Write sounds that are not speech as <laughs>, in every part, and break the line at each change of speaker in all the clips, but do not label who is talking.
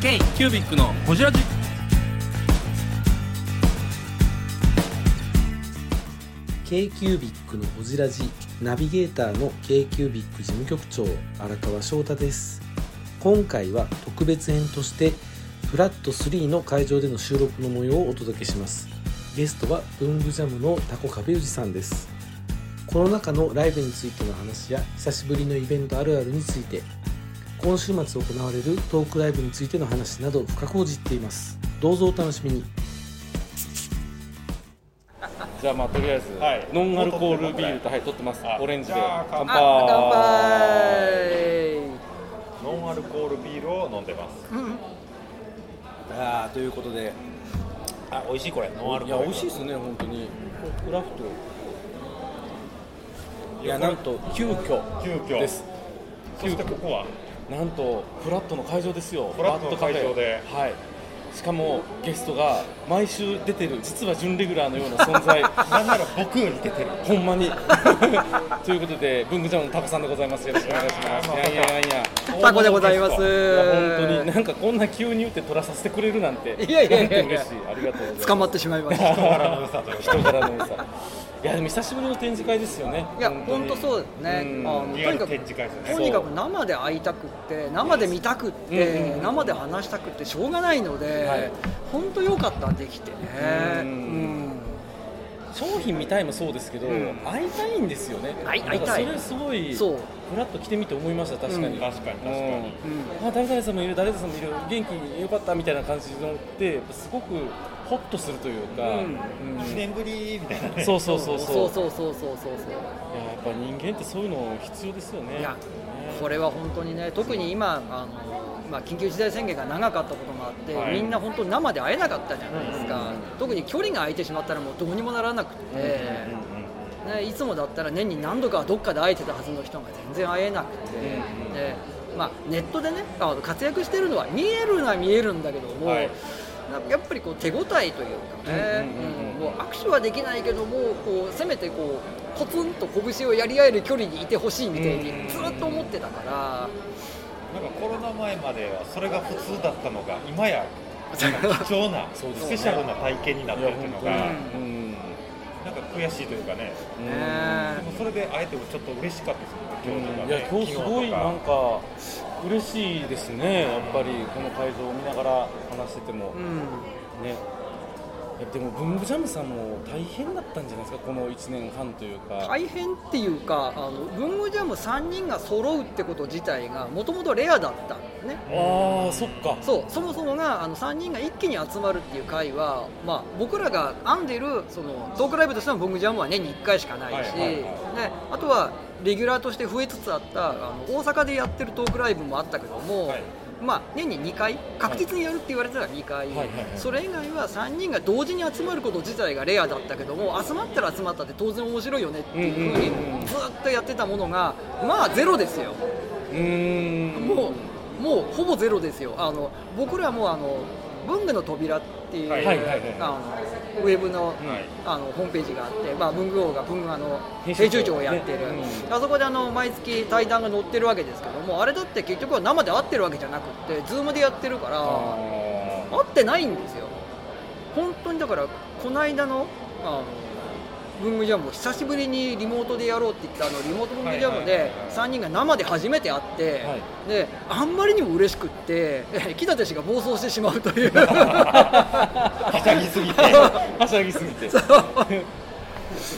ケイキュービックのホジラジ
ケイキュービックのほじラジナビゲーターのケイキュービック事務局長荒川翔太です。今回は特別編としてフラット3の会場での収録の模様をお届けします。ゲストは文具ジャムのタコ壁氏さんです。コロナ禍のライブについての話や久しぶりのイベントあるあるについて今週末行われるトークライブについての話など深く報じっていますどうぞお楽しみに
じゃあまあとりあえず、
はい
ノンアルコールビールとはい取ってます
はい
オレンジで
じゃあ
乾杯
乾
あ、乾杯。
ノンアルコールビールを飲んでます。ああということで、あ美味しいこれノンアル
い
コー
や美
ル。
味しいですね本当にクラフトいやなんと急遽
急遽
です
そしてここは
なんとフラットの会場ですよ
フラットの会
フラッ
場で
トカフェはいしかもゲストが毎週出てる実は準レギュラーのような存在
<laughs> なんなら僕より出てる。
ほんまに <laughs> ということで文具ジャムのタコさんでございますよろしくお願いしますいやいやいやいや
タコでございま
いや
す。
本当になんかこんな急に打って取らさせてくれるなんて
いやいやいやいや
なんて嬉しいありがとうございます
捕まってしまい
<laughs>
ました。
人柄の良さというか
人柄の良さいやでも久しぶりの展示会ですよね
いや、本当そうですね。
うん
あのと
リア
に
ル
か
展
く。
示会ですね。
とにかく生で会いたくって、生で見たくって、
うんうんうん
生で話したくってしょうがないの
はい
で、本当良かったできてね、
う
うんん
商品見たいもそうですけど、
うん
会いたいんですよね
会い
なんか
会いたい
それすごい
そう
ふらっと来てみて思いました確かに、
うん
確かに確かに。
あ誰々さんもいる誰々さんもいる元気よかったみたいな感じのってすごくホッとするというか、
うん
うん
一年ぶりみたいなね。
そうそうそうそう
そうそうそうそうそう
い
そう
ややっぱ人間ってそういうの必要ですよね
いや
ね
これは本当にね、特に今、あのまあ、緊急事態宣言が長かったこともあって、
はい
みんな本当に生で会えなかったじゃないです
うんうん
か、特に距離が空いてしまったら、もうどうにもならなくて、ね、いつもだったら年に何度かはどっかで会えてたはずの人が全然会えなくて、
うんうん
でまあ、ネットでね、あの活躍してるのは見えるのは見えるんだけども、
はい
なんかやっぱりこう手応えという
う
かね、
んうんうんうん
うんもう握手はできないけども、こうせめてこうコツンと拳をやり合える距離にいてほしいみたいに
うんうんうん
ずっと思ってたから。
なんかコロナ前まではそれが普通だったのが今や貴重な
そうです
ス
ね
ペシャルな体験になっ
い
て
や
るというの
本当に
がなんか
うん
悔しいというかね。
うん
でもそれで会えてもちょっと嬉しかったですよ
う
ね。
んい
今
や
日とかね。
今日すごいなんか嬉しいですねやっぱりこの会場を見ながら話してても、
<laughs> うん
ねいやでも文具ジャムさんも大変だったんじゃないですかこの1年半というか
大変っていうかあの文具ジャム3人が揃うってこと自体がもともとレアだったんですね
ああそっか
そうそもそもがあの3人が一気に集まるっていう回は、まあ、僕らが編んでるそのトークライブとしての文具ジャムは年に1回しかないし、
はいはいはい
ね、あとはレギュラーとして増えつつあったあの大阪でやってるトークライブもあったけども、
はい
まあ、年に2回確実にやるって言われてたら2回、
はいはいはい
それ以外は3人が同時に集まること自体がレアだったけども集まったら集まったって当然面白いよねっていうふう
うんうんうん
にずっとやってたものがまあゼロですよ。
うーん
もうもうほぼゼロですよ、あの僕らもあの文具の扉っていう、
はい
はいはいはい
あのウェブの,、
はい
あのホームページがあって、まあ、文具王が文具あの
編集
編
長
集長をやってる、
ね
あそこであの毎月対談が載ってるわけですけども、あれだって結局は生で会ってるわけじゃなくって、ズームでやってるから、
あ
会ってないんですよ、本当にだから、この間のあの文具ジャムを久しぶりにリモートでやろうって言ったあのリモート文具ジャム
はいはい
で
はいはい
3人が生で初めて会って、
はい
であんまりにも嬉しくって木立氏が暴走してしまう
<laughs>
という
はしゃぎすぎて。
ーはしゃぎすぎて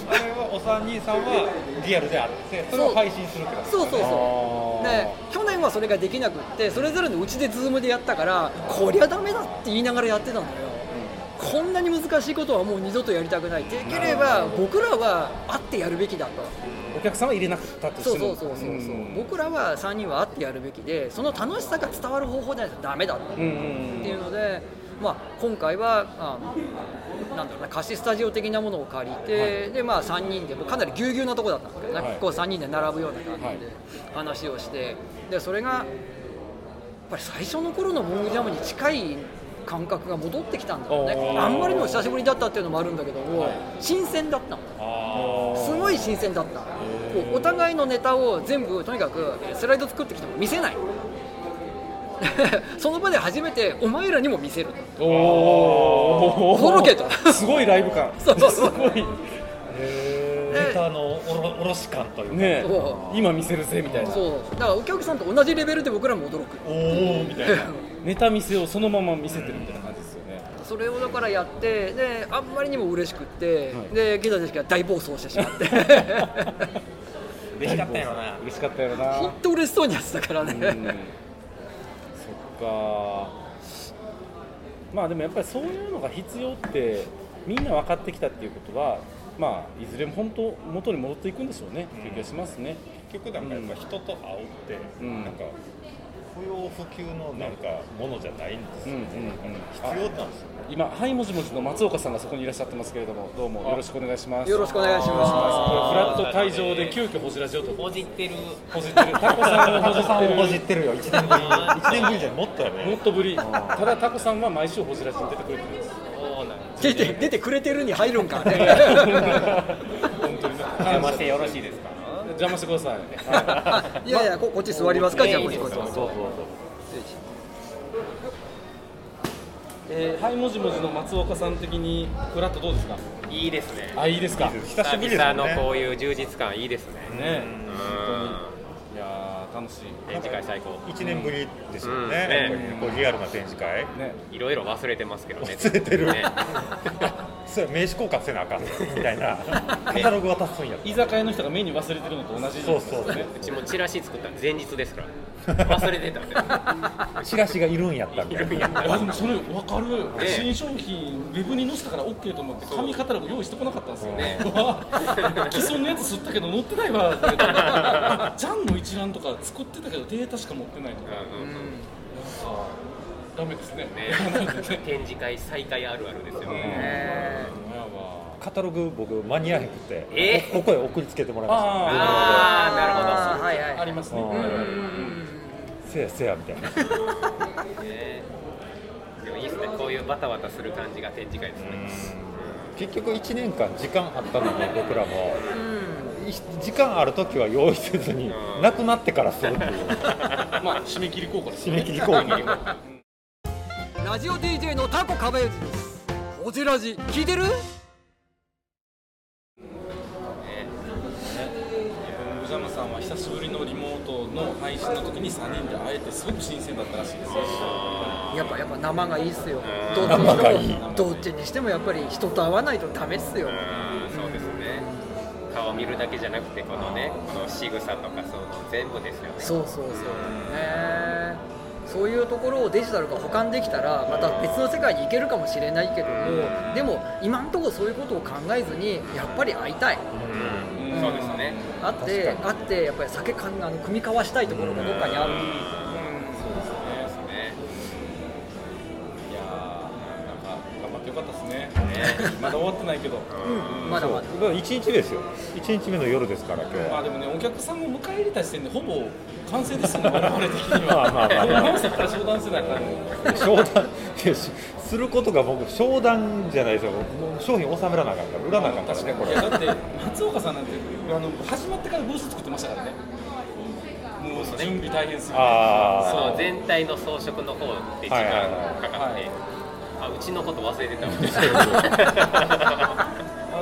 あれはお三人さんはリアルであってそれを配信するって感じですか
そうそうそう
あー
で去年はそれができなくってそれぞれのうちでズームでやったからこりゃダメだって言いながらやってたのよこんなに難しいことはもう二度とやりたくないできれば僕らは会ってやるべきだと
お客さんは入れなかったとして
そうそ
も
うそうそうそう、
ん
僕らは3人は会ってやるべきでその楽しさが伝わる方法じゃないとダメだって
うんうんうん
っていうので、まあ、今回はあのなんだろうな貸しスタジオ的なものを借りて、でまあ、3人でもうかなりぎゅうぎゅうなとこだったんですけどね、
はい
こう3人で並ぶような感じで
はい
話をして、でそれがやっぱり最初の頃のモングジャムに近い感覚が戻ってきたんだろう
お
ね
ー
あんまりにも久しぶりだったっていうのもあるんだけども、
はい
新鮮だったの
あ
すごい新鮮だったこうお互いのネタを全部とにかくえースライド作ってきても見せない <laughs> その場で初めてお前らにも見せる
おお
驚けた
すごいライブ感
そうそうそう
すごい
ネタのおろおろし感というか、
ね
そ
今見せるぜみたいな
そうだからお客さんと同じレベルで僕らも驚く
おおみたいな
ネタ見せをそのまま見せてるみたいな感じですよね
それをだからやってであんまりにも嬉しくって、
はい
で現在ですけど大暴走してしまって
嬉しかったよな
嬉しかったやろな
本当嬉しそうにやってたからね、
うんそっかまあでもやっぱりそういうのが必要ってみんな分かってきたっていうことはまあいずれも本当元に戻っていくんでしょうねっていう気がしますね、
結局なんかやっぱ人と会うって、
うん
なんか不要不急のなんかものじゃないんですよね、
うんうんうん
必要なんですよね
今はいもじもじの松岡さんがそこにいらっしゃってますけれどもどうもよろしくお願いします
よろしくお
いし
願いしま
ますこれフラット会場で急遽ホジラジオと
ほじってる
ほじってるタコさんをほじってる
ほじってるよ1年ぶり1年ぶりじゃもっとや
も
ね
っとぶりただタコさんは毎週ホジラジに出てくれて
<laughs>
るんです
そうなんです
<laughs> す出て出てくれてるに入るんか
本当にね
邪魔してよろしいですか
邪魔してください、
いやいやここっち座りますか
いい
じゃ
で
あ
す
こっ
よ
ちこっち
そうそう
えー、はいもじもじの松岡さん的にフラットどうですか
いいですね
あいいですか
久しぶりです
久
よ
々のこ
ね
ういう充実感いいですね
ね
うん
いやー楽しい
展示会最高
1年ぶりですよ
うん
ね、や
ね
っぱりねこうリアルな展示会
ね
いろいろ忘れてますけどね
忘れてる
ね
それ名刺交換せなあかんみたいなカタログ渡すんや
居酒屋の人がメニュー忘れてるのと同じ
そうそう
ですね
うちもチラシ作ったの前日ですから
<laughs>
忘れてたんで
チラシがいるんやったみ
い
たい
るん
な
や
あでもそれ分かる、
ね
新商品ウェブに載せたから OK と思って紙カタログ用意してこなかったんですよねうわ <laughs> 既存のやつ吸ったけど載ってないわって言ってジャンの一覧とか作ってたけどデータしか持ってないとかなんか
うんうんうん
ダメですね <laughs>
ね展示会再開あるあるですよね
やば
カタログ僕間に合わへんくて、
え
ここへ送りつけてもらいました
あー
あ
あーはいはい
ありますね
うんせやせやみたいな
ーなるほどねでもいいですねこういうバタバタする感じが展示会ですね
結局1年間時間あったのに僕らもい時間ある時は用意せずに
うん
なくなってからするっていう
まあ締め切り効果です
締め切り攻撃
<laughs>
ラジオ DJ のタコ壁内ですおじラジ聞いてる
ムジャムさんは久しぶりのリモートの配信の時に3人で会えてすごく新鮮だったらしいですよ
やっぱやっぱ生がいいっすよどっち
生がい
に
い
してもどっちにしてもやっぱり人と会わないとダメっすよ
うんそうですね顔見るだけじゃなくてこのねこの仕草とかそういうの全部ですよね
そうそうそうねえそういうところをデジタルが補完できたらまた別の世界に行けるかもしれないけどもでも今のところそういうことを考えずにやっぱり会いたい
うんそうですね
会って会ってやっぱり酒かんあの組み交わしたいところがどっかにある
そうですね
いやーなんか頑張ってよかったですねまだ終わってないけど
まだまだ
だ1日ですよ1日目の夜ですから今日
まあ
は
でもねお客さんを迎え入れた時点でほぼ完成ですよね我々的に
まあまあまあま
は
あ
<laughs> 直せたら商談せないから
商談いやしすることが僕商談じゃないですよもう商品納めらなあかんから売らなあかんからねこ
い
れ
やだって松岡さんなんてあの始まってからブース作ってましたからねもう準備大変ですよ
あ
そ
あ
う全体の装飾の方で時間かかってあうちのこと忘
<laughs>
れてたみたい
あん
な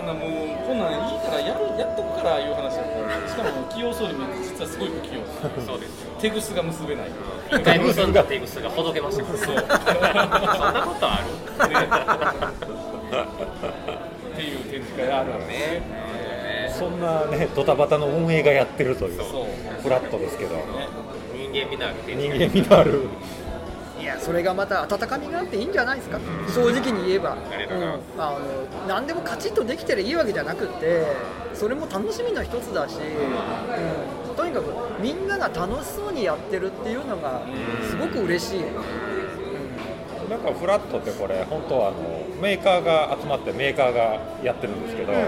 なもうこんなんいいからやるやっとくからいう話だったしかも器用そうに見えて実はすごい不器用
そうですよ
手ぐすが結べない
一回結んだテグスがほどけましたからそんなことある
っていう展示会あるあるね
そんなねドタバタの運営がやってるという
そう
フラットですけど
人間味のある展
人
示
間味のある
いやそれがまた温かみがあっていいんじゃないですか、正直に言えば、うん
ありがとうございます
あの何でもカチッとできてりゃいいわけじゃなくってそれも楽しみの一つだし、うんとにかくみんなが楽しそうにやってるっていうのがすごく嬉しい、
なんかフラットってこれ本当はあのメーカーが集まってメーカーがやってるんですけど、なん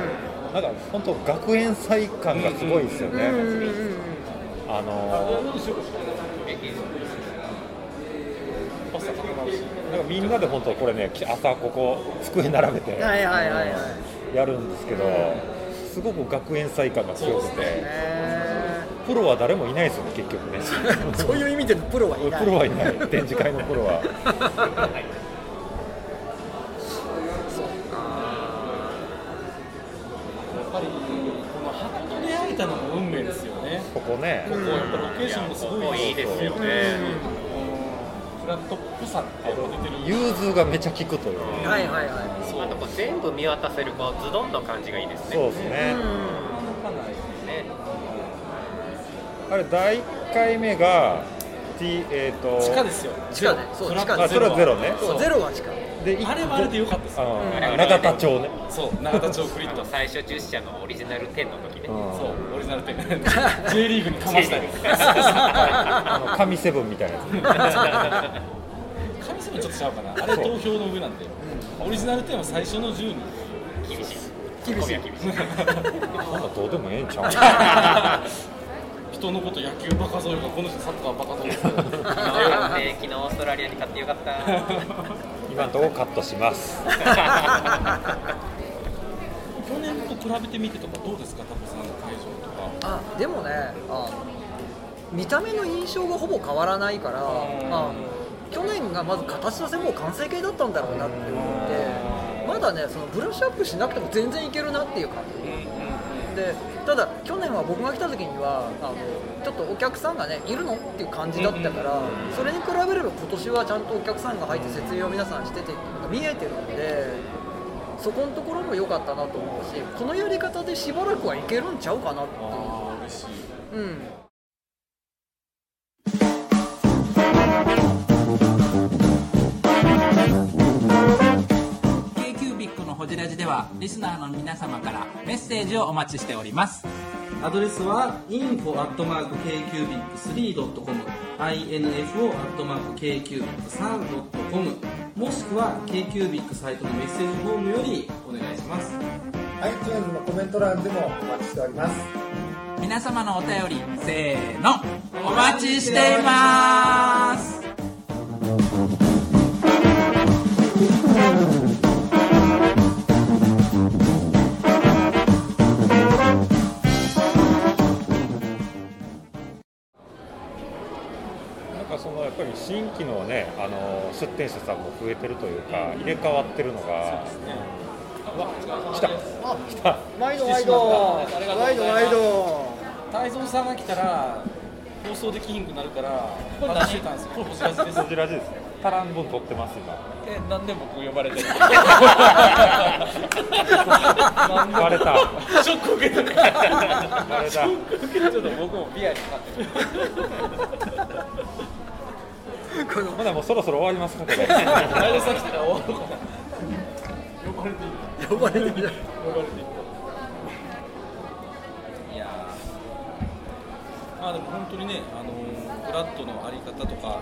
か本当学園祭感がすごいですよね、
うんうんうん
あのなんかみんなで本当これね朝ここ机並べて
はいはいはいはい、
やるんですけど、すごく学園祭感が強くて、
え
プロは誰もいないですよね結局ね
<laughs> そういう意味でのプロはいない
プロはいない展示会のプロは
っぱりこの花と出会えたのが運命ですよね
ここね
こうやっぱロケーションもすごい
ここいいですよ
う
ね。
うんフラットっぽさっていうのが出てる
融通がめちゃ効くというね
んはいはいは
あとこう全部見渡せるこうズドンの感じがいいですね。
そうです
い、
ね
うん
ね。
あれ第1回目が T えっ、と
地下ですよ
地下ねそう地下
あ
ね
それはゼロね
そうゼロは地下
で一
あれはあれでよかったです
あ
よ
の永田町ね
そう永田町クリ
あ
ッ
と
ト
最初10社のオリジナル10の時ね。
そうオリジナル店 <laughs> J リーグにかましたり
あの神セブンみたいなやつ
神様ちょっとちゃうかなあれ投票の上なんでオリジナル店は最初の10人
厳しい。
厳しい
今夜厳しい。
なんかどうでもええんち
<laughs>
ゃ
人のこと野球バカそういうかこの人サッカーバカそうです
昨日ね昨日オーストラリアに勝ってよかった。
う今のところカットします
去年と比べてみてとかどうですかタコさんの会場とか
あでもねあ見た目の印象がほぼ変わらないからあ去年がまず形としてもう完成形だったんだろうなって思ってまだねそのブラッシュアップしなくても全然いけるなっていう感じでただ去年は僕が来た時にはあのちょっとお客さんがねいるのっていう感じだったからそれに比べれば今年はちゃんとお客さんが入って設営を皆さんしてて見えてるんで。そこのところも良かったなと思うしこのやり方でしばらくはいけるんちゃうかなっていう
ああ嬉しい
うん、
k q b i c のホジラジではリスナーの皆様からメッセージをお待ちしております
アドレスは info.kcubic3.com info.kcubic3.com もしくは KQBIC サイトのメッセージフォームよりお願いします
iTunes のコメント欄でもお待ちしております
皆様のお便りせーのお待ちしています
なんかそのやっぱり新規のねあの出店者さんも増えてるというか入れ替わってるのがうわ来た来た
毎度毎度毎度毎度
泰造さんが来たら放送できひんくなるから話してたんですよこれ星出しです
こちらですねタラン分取ってます今
<laughs> えなんで僕呼ばれてる
バレた
ショック受けた
バレ
シ
た
ョック受けたちょっと僕もビアにかかってる
まだもうそろそろ終わりますかこれ
<laughs> 泰造さん来たら終わろうかな呼ばれていい呼ばれて
呼ばれてみたい
いいいやーまあでも本当にねあのーフラットのあり方とかあのー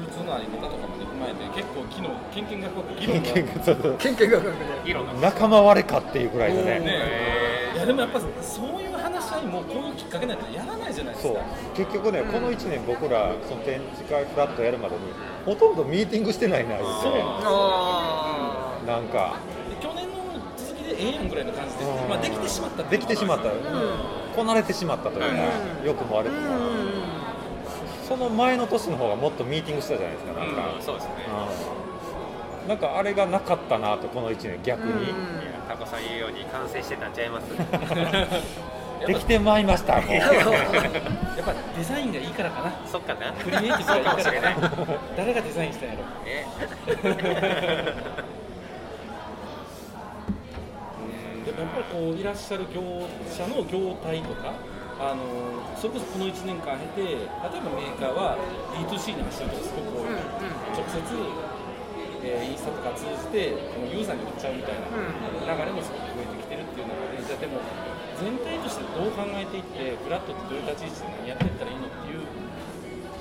流通のあり方とかまで踏まえて結構昨日ケンケンが議論が
<laughs>
ケンケンが学で
議論が。
仲間割れかっていうぐらいのね
ね、いやでもやっぱそういう話し合いもこういうきっかけないとやらないじゃないです
そ
か
う結局ね、この1年僕らその展示会フラットやるまでにほとんどミーティングしてないな言ってね
あ
なんか
で去年の続きでええやんぐらいの感じで、
うん
まあ、できてしまったって
で
いう
き
のも
てしまった、こなれてしまったというか、よくも悪くも、その前の年の方がもっとミーティングしてたじゃないですかなんか、
うんそうですね。
うんなんかあれがなかったなとこの1年逆に、
いやタコさん言うように完成してたんちゃいます。
できてまいりましたもう
やっぱデザインがいいからかな
そっかな。
クリエイティブが
そ
いうい
かもし
か
れ
ら
ない。
<laughs> 誰がデザインしたんやろ
ね。
でもやっぱりこういらっしゃる業者の業態とか、あのそれこそこの1年間経て、例えばメーカーは D2C に走るとかすごく多い、直接、えーインスタとか通じて、このユーザーに売っちゃうみたいな流れもすごく増えてきてるっていう中で、じゃあでも、全体としてどう考えていって、フラットってどういう立ち位置で何やっていったらいいのっていう、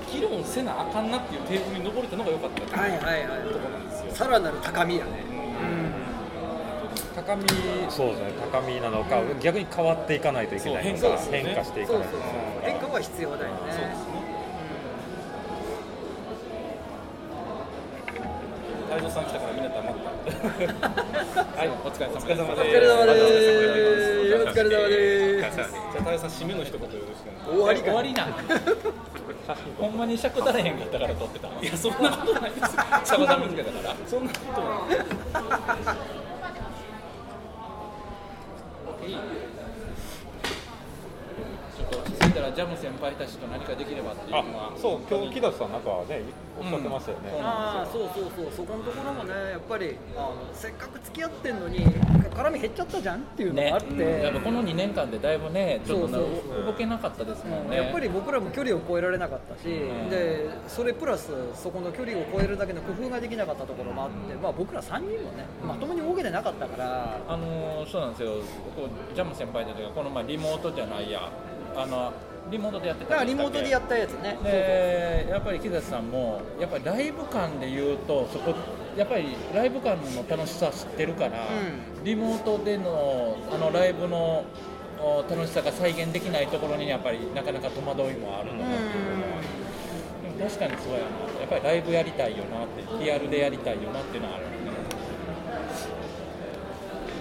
議論せなあかんなっていうテーブルに登れたのが良かったって
あはいいうはい
ところ
は
なんです
い
よ。
さらなる高みやね
高み <laughs> そうですね高みなのか、逆に変わっていかないといけないの
そう
か
変化ですよね
変化していか
そう
な
そ
いうとい
そう
けない
変化は必要だよね
そうですね。太蔵さん来たからみんな黙った。はい、お疲れ様です。お疲れ様
お疲れ様ですれお疲れ様で
お疲れ様です
じゃあ、大さん、締めの一言よろしく
終わり
終
か
わりなんほんまに尺足らへんかったから撮ってたの
いや、そんなことないです。
尺足りんかったから
そんなことない。
ちょっと落ち着いたらジャム先輩たちと何かできればっていうのは
あそう今日木立さんなんかねおっしゃってましたよね、
うん
ああそうそうそうそこのところもねやっぱりあのせっかく付き合ってんのに絡み減っちゃったじゃんっていうの
ね
があって、
やっぱこの2年間でだいぶねちょっとな
そうそう
動けなかったですもんね
やっぱり僕らも距離を超えられなかったし、
ん
でそれプラスそこの距離を超えるだけの工夫ができなかったところもあって、まあ、僕ら3人もねまともに動けてなかったから、
あのーそうなんですよこうジャム先輩たちがこの前リモートじゃないやあのリモートでやって
だか
た
ら
んで
リ
した
モー
け
トでやったやつね
でやっぱり木立さんもやっぱりライブ感で言うとそこやっぱりライブ感の楽しさ知ってるから、リモートでのあのライブのお楽しさが再現できないところにやっぱりなかなか戸惑いもあるのかなっていうのは、でも確かにそうやなやっぱりライブやりたいよなってリアルでやりたいよなっていうのはあるよね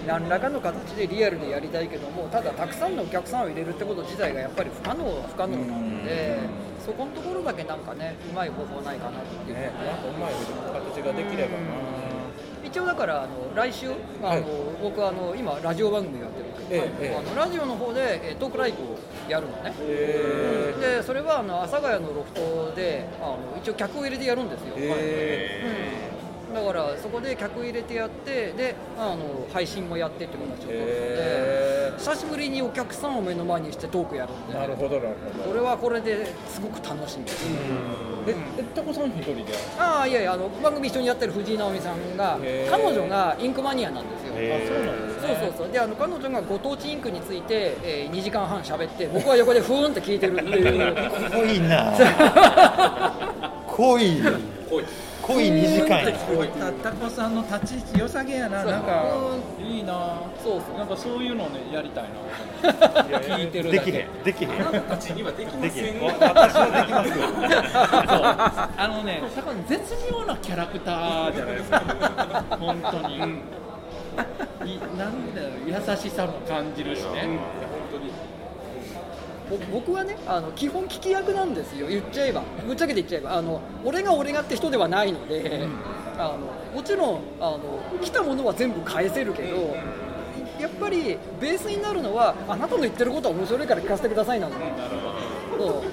何らかの形でリアルにやりたいけどもただたくさんのお客さんを入れるってこと自体がやっぱり不可能は不可能なのでそこのところだけなんかねうまい方法ないかなっていう、
ねなんかうまい形ができればな、
一応だからあの来週あの、
はい
僕はあの今ラジオ番組やってるんですけ
え
ど、
えええ
あのラジオの方でえートークライブをやるのね、
え
でそれはあの阿佐ヶ谷のロフトであの一応客を入れてやるんですよ、
ーえ
うんだからそこで客入れてやってであの配信もやってって形を取るので、
え
久しぶりにお客さんを目の前にしてトークやるん
ー
で
なるほどなるほど
これはこれですごく楽しみです、
ええタコさん一人で
ああいやいやあの番組一緒にやってる藤井直美さんが
へー
彼女がインクマニアなんですよ
へー
あそうそうそうであの彼女がご当地インクについて、え2時間半喋って僕は横でふーんって聞いてるっていう
濃いな濃い濃い2時間や
たタコさんの立ち位置良さげやな
そう
なんかいいな
そうそう
なんかそういうのねやりたいな聞いてる
で
だけ
きへんできへん
たちにはできま
でき
せ
へ
ん
ん
が
私はできますよ
あのねタコさん絶妙なキャラクターじゃないですか本当に、いなんだよ優しさも感じるしね、
ぼ僕はねあの基本聞き役なんですよ言っちゃえばぶっちゃけて言っちゃえばあの俺が俺がって人ではないので、あのもちろんあの来たものは全部返せるけど、やっぱりベースになるのはあなたの言ってることは面白いから聞かせてくださいなの、そう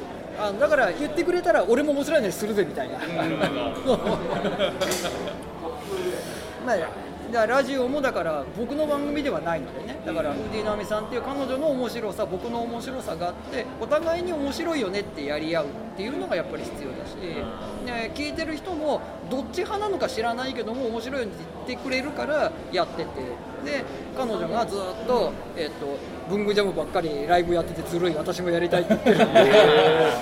あのだから言ってくれたら俺も面白い話するぜみたいな。そうまあだからラジオもだから僕の番組ではないのでねだから藤井直美さんっていう彼女の面白さ僕の面白さがあってお互いに面白いよねってやり合うっていうのがやっぱり必要だし、ね、聞いてる人もどっち派なのか知らないけども面白いって言ってくれるからやっててで彼女がずっと、えっと文具ジャムばっかりライブやっててずるい私もやりたいって言ってるんで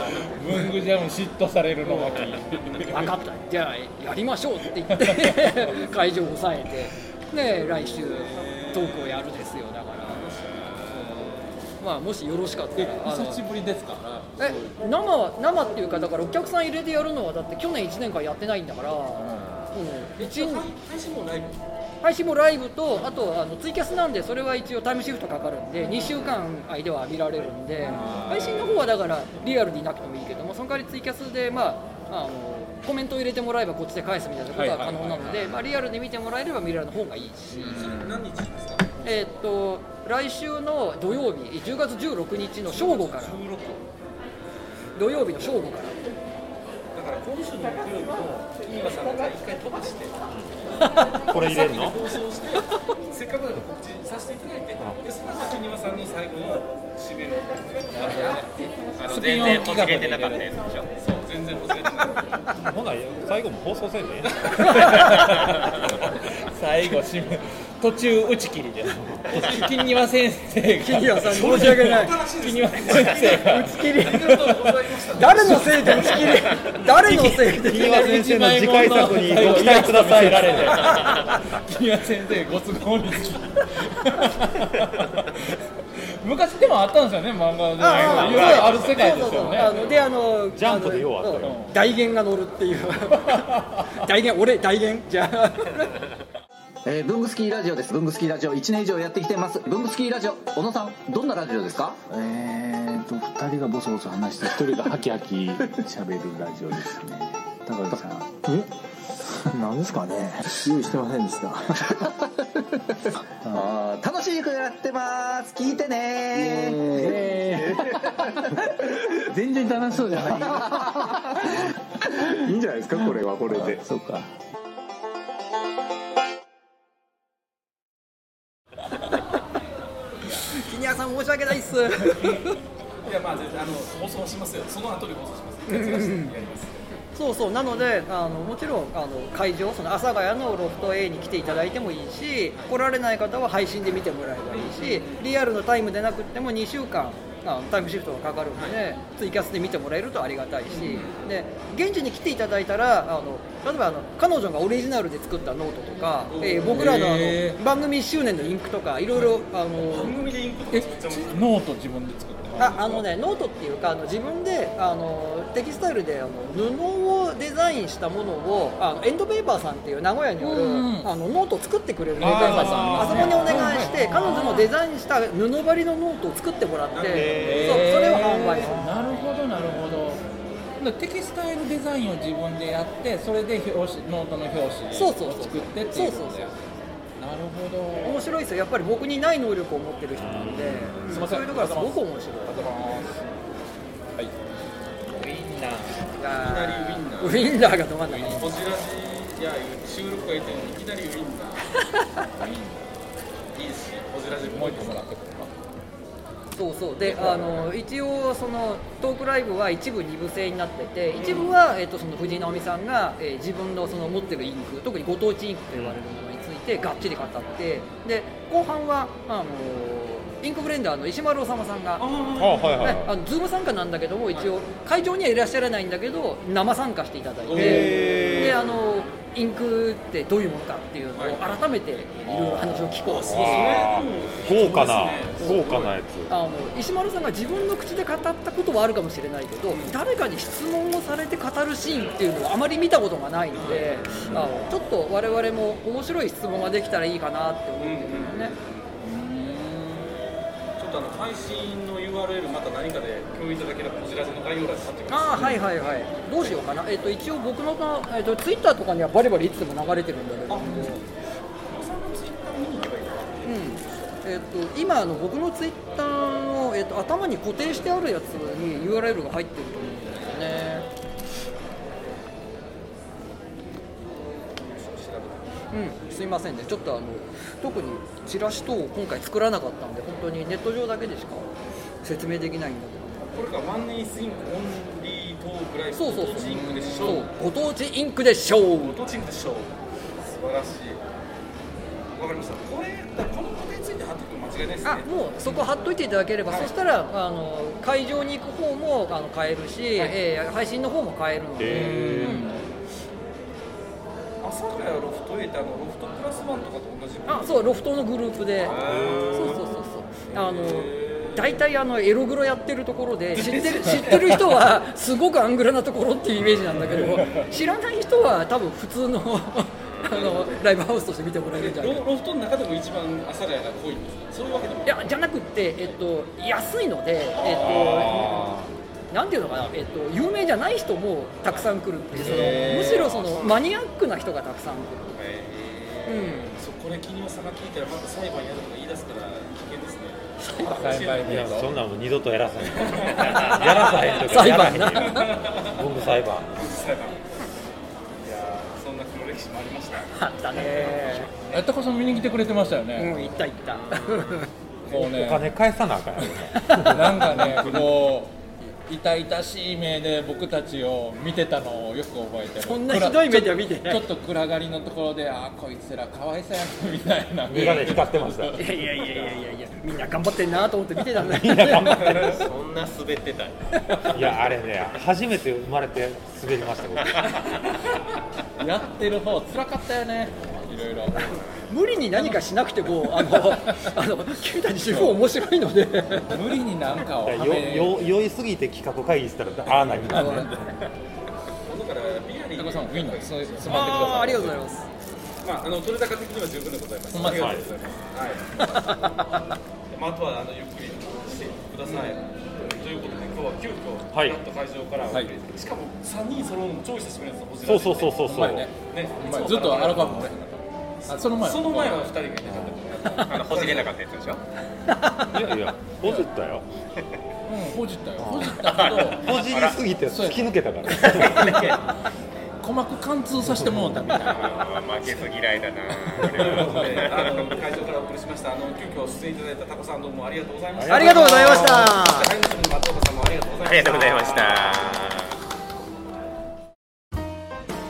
<laughs>
文具ジャム嫉妬されるのがいい
分かったじゃあやりましょうって言って会場を抑えてで来週トークをやるですよだからまあもしよろしかったらあの
久しぶりですから
え生は生っていうかだからお客さん入れてやるのはだって去年1年間やってないんだから、うん、一年配信もライブとあとあのツイキャスなんでそれは一応タイムシフトかかるんで2週間間では見られるんで配信の方はだからリアルでいなくてもいいけどもその代わりツイキャスでまああのコメントを入れてもらえばこっちで返すみたいなことは可能なので、まあ、リアルで見てもらえれば見られる方がいいし、えーっと来週の土曜日10月16日の正午から土曜日の正午から
これ入れるの
せっかくなので告知させていただいてでその時にはさんの最後の締めのあの全然忘れてなかったやつでしょそう全然忘れてなかった
ほな最後も放送せんでええね
最後締め途中打ち切りです金庭先生が
金庭さん申し訳ない
金庭先生が
打ち切り誰のせいで打ち切り誰のせいで
金輪先生の次回作にご期待ください
金輪先生ご都合に昔でもあったんですよね漫画でいろいろある世界ですよね
あのであの
ジャンプでようあったよ
うん大言が乗るっていう大言俺大言じゃあ
えー、ブングスキーラジオです。ブングスキーラジオ1年以上やってきてます。ブングスキーラジオ、小野さん、どんなラジオですか
えーと2人がボソボソ話して1人がハキハキ喋るラジオですね高木さんえなんですかね用意してませんでした <laughs>
あー楽しい曲やってます。聞いてねー。
全然楽しそうじゃない
いいんじゃないですかこれはこれで
そうか
ジュニアさん申し訳
<laughs>
ないっす
いやまあ全然あの放送はしますよその後に放送します徹夜してやります
そうそうなのであのもちろんあの会場その阿佐ヶ谷のロフト A に来ていただいてもいいし来られない方は配信で見てもらえばいいしリアルのタイムでなくっても2週間あのタイムシフトがかかるので、ツイキャスで見てもらえるとありがたいし、で現地に来ていただいたらあの例えばあの彼女がオリジナルで作ったノートとか、えー僕らのあの、
へー
番組1周年のインクとかいろいろあの
番組でインプッ
え
ト作っちゃう
ノート自分で作って
ああのねノートっていうかあの自分であのテキスタイルであの布をデザインしたものをあのエンドペーパーさんっていう名古屋にある、
うんうん
あのノートを作ってくれるメ
あー
ーカーさんあそこにお願い
は
し
い
て彼女のデザインした布張りのノートを作ってもらってそうそ
えー
れを販売する。
なるほどなるほどだからテキスタイルデザインを自分でやってそれで表紙ノートの表紙
そうそうそう
を作ってっていうこと
そうそう
だよなるほ
面
ど
白いですよやっぱり僕にない能力を持ってる人なんで、
んすいませ
そ
ん
ういうところがすごく面白い
はい
ウインナー
いやー
い
ウ
きなり
ィンナーが止まんない
こちらしいや収録がいていきなりウィンナーウィンナーいいですねこちらしいもう一個もらってくれ
そうそうであの一応そのトークライブは一部二部制になってて一部は、えっとその藤井直美さんが、えー自分のその持ってるインク特にご当地インクと言われるものについてがっちり語ってで後半はあのインクブレンダーの石丸修さんが。
あはいはい
ねあのズーム参加なんだけども一応会場にはいらっしゃらないんだけど生参加していただいて
へー
であのインクってどういうものかっていうのを改めていろいろ話を聞こうっていう
あー豪華な豪華なやつ
あの石丸さんが自分の口で語ったことはあるかもしれないけど、誰かに質問をされて語るシーンっていうのはあまり見たことがないので、あのちょっと我々も面白い質問ができたらいいかなって思ってるのね、
ちょっとあの配信の URL また何かで共有いただければこちらしの概要欄に貼っておきます
ああはいはいはいどうしようかな、えっと一応僕の、えっとツイッターとかにはバリバリいつでも流れてるんだけど、うんえっと今あの僕のツイッターの、えっと頭に固定してあるやつに URL が入ってると思うんだよねうん、すいませんね、ちょっとあの特にチラシ等を今回作らなかったんで、本当にネット上だけでしか説明できないんだけど、
これがワンネイスインクオンリートークライブ
そうそう
ご当地インクでし
そ
ょ
う
う
ご当地インクでしょう
ご当地インクでしょう素晴らしいわかりましたこれだからこのことについて貼っておくの間違いないですね
あもうそこ貼っといていただければ、そしたらあの会場に行く方もあの買えるし、えー配信の方も買えるので、うん
阿佐ヶ谷ロフトエーターのロフトプラスワンとかと同じ
あそうロフトのグループで、そうそうそうそうあの大体あのエログロやってるところで <laughs> 知ってる知ってる人はすごくアングラなところっていうイメージなんだけど知らない人は多分普通の <laughs> あのライブハウスとして見てもらえるんじゃないかな
ロロフトの中でも一番阿佐ヶ谷が濃いんですかそういうわけでも
いやじゃなくって、えっと、安いので、えっと、なんていうのかな、えっと、有名じゃない人もたくさん来るっていうそのむしろそのマニアックな人がたくさん来る、
そうこれ君の差が聞いたらまた裁判やるとか言い出すから危険です
栽
ね
培
い
で
やそんなんもう二度とやら
<laughs>
さへんやらさへんとか
裁
やらへ
判
ん
な
僕裁判
裁判いやーそんな黒歴史もありました
うん、あったね
えタコさん見に来てくれてましたよ
う
ね、
ん行った行った
こう
お
ね
金返さなあかんやろ
<laughs>
なんかね、こう、痛々しい目で僕たちを見てたのをよく覚えてる、
そんなひどい目では見てない
ちょっと暗がりのところで、ああ、こいつらかわいそうやなみたいな、
眼鏡光ってました
<laughs> いやいやいやいやいやいやみんな頑張ってんなと思って見てたんだけ
みん
ど
な頑張ってる
そんな滑ってた
いやあれね初めて生まれて滑りました僕
やってる方辛かったよね、いろいろ、
<laughs> 無理に何かしなくてもあのあの君たち主婦面白いので
無理になんかをはめ
<laughs>
よよ酔いすぎて企画会議したらああなりますね
だからビアリー
タコさん、ウィンナーつつまんでください。
あありがとうございます
まあ、あの取れ高的には十分でございます。
ほんま
あ
で
り
す
がとうございます。はい。まあ、あとはあのゆっくりしてください。ということで、今日は急遽、
はい
なんと会場からお送り、しかも三人揃うのも超久しぶりなんですよ。
そうそうそうそうそう
ほんまやね。ね
ほんまやずっと荒川もね
あ
その前は
その前は二人がいなかった。あの、ほじれなかったやつでしょ。
いやいや、ほじったよ。
うん、ほじったよ。ほじったけど。
ほじりすぎて
そう
突
や
き抜けたから
鼓膜貫通させてもうたみたいな。
負けず嫌いだな。ということで、あの会場からお送りしました。あの急遽出演いただいたタコさんどうもありがとうございました。
ありがとうございました
ハイネスの松岡さんもありがとうございました。。
ありがとうございました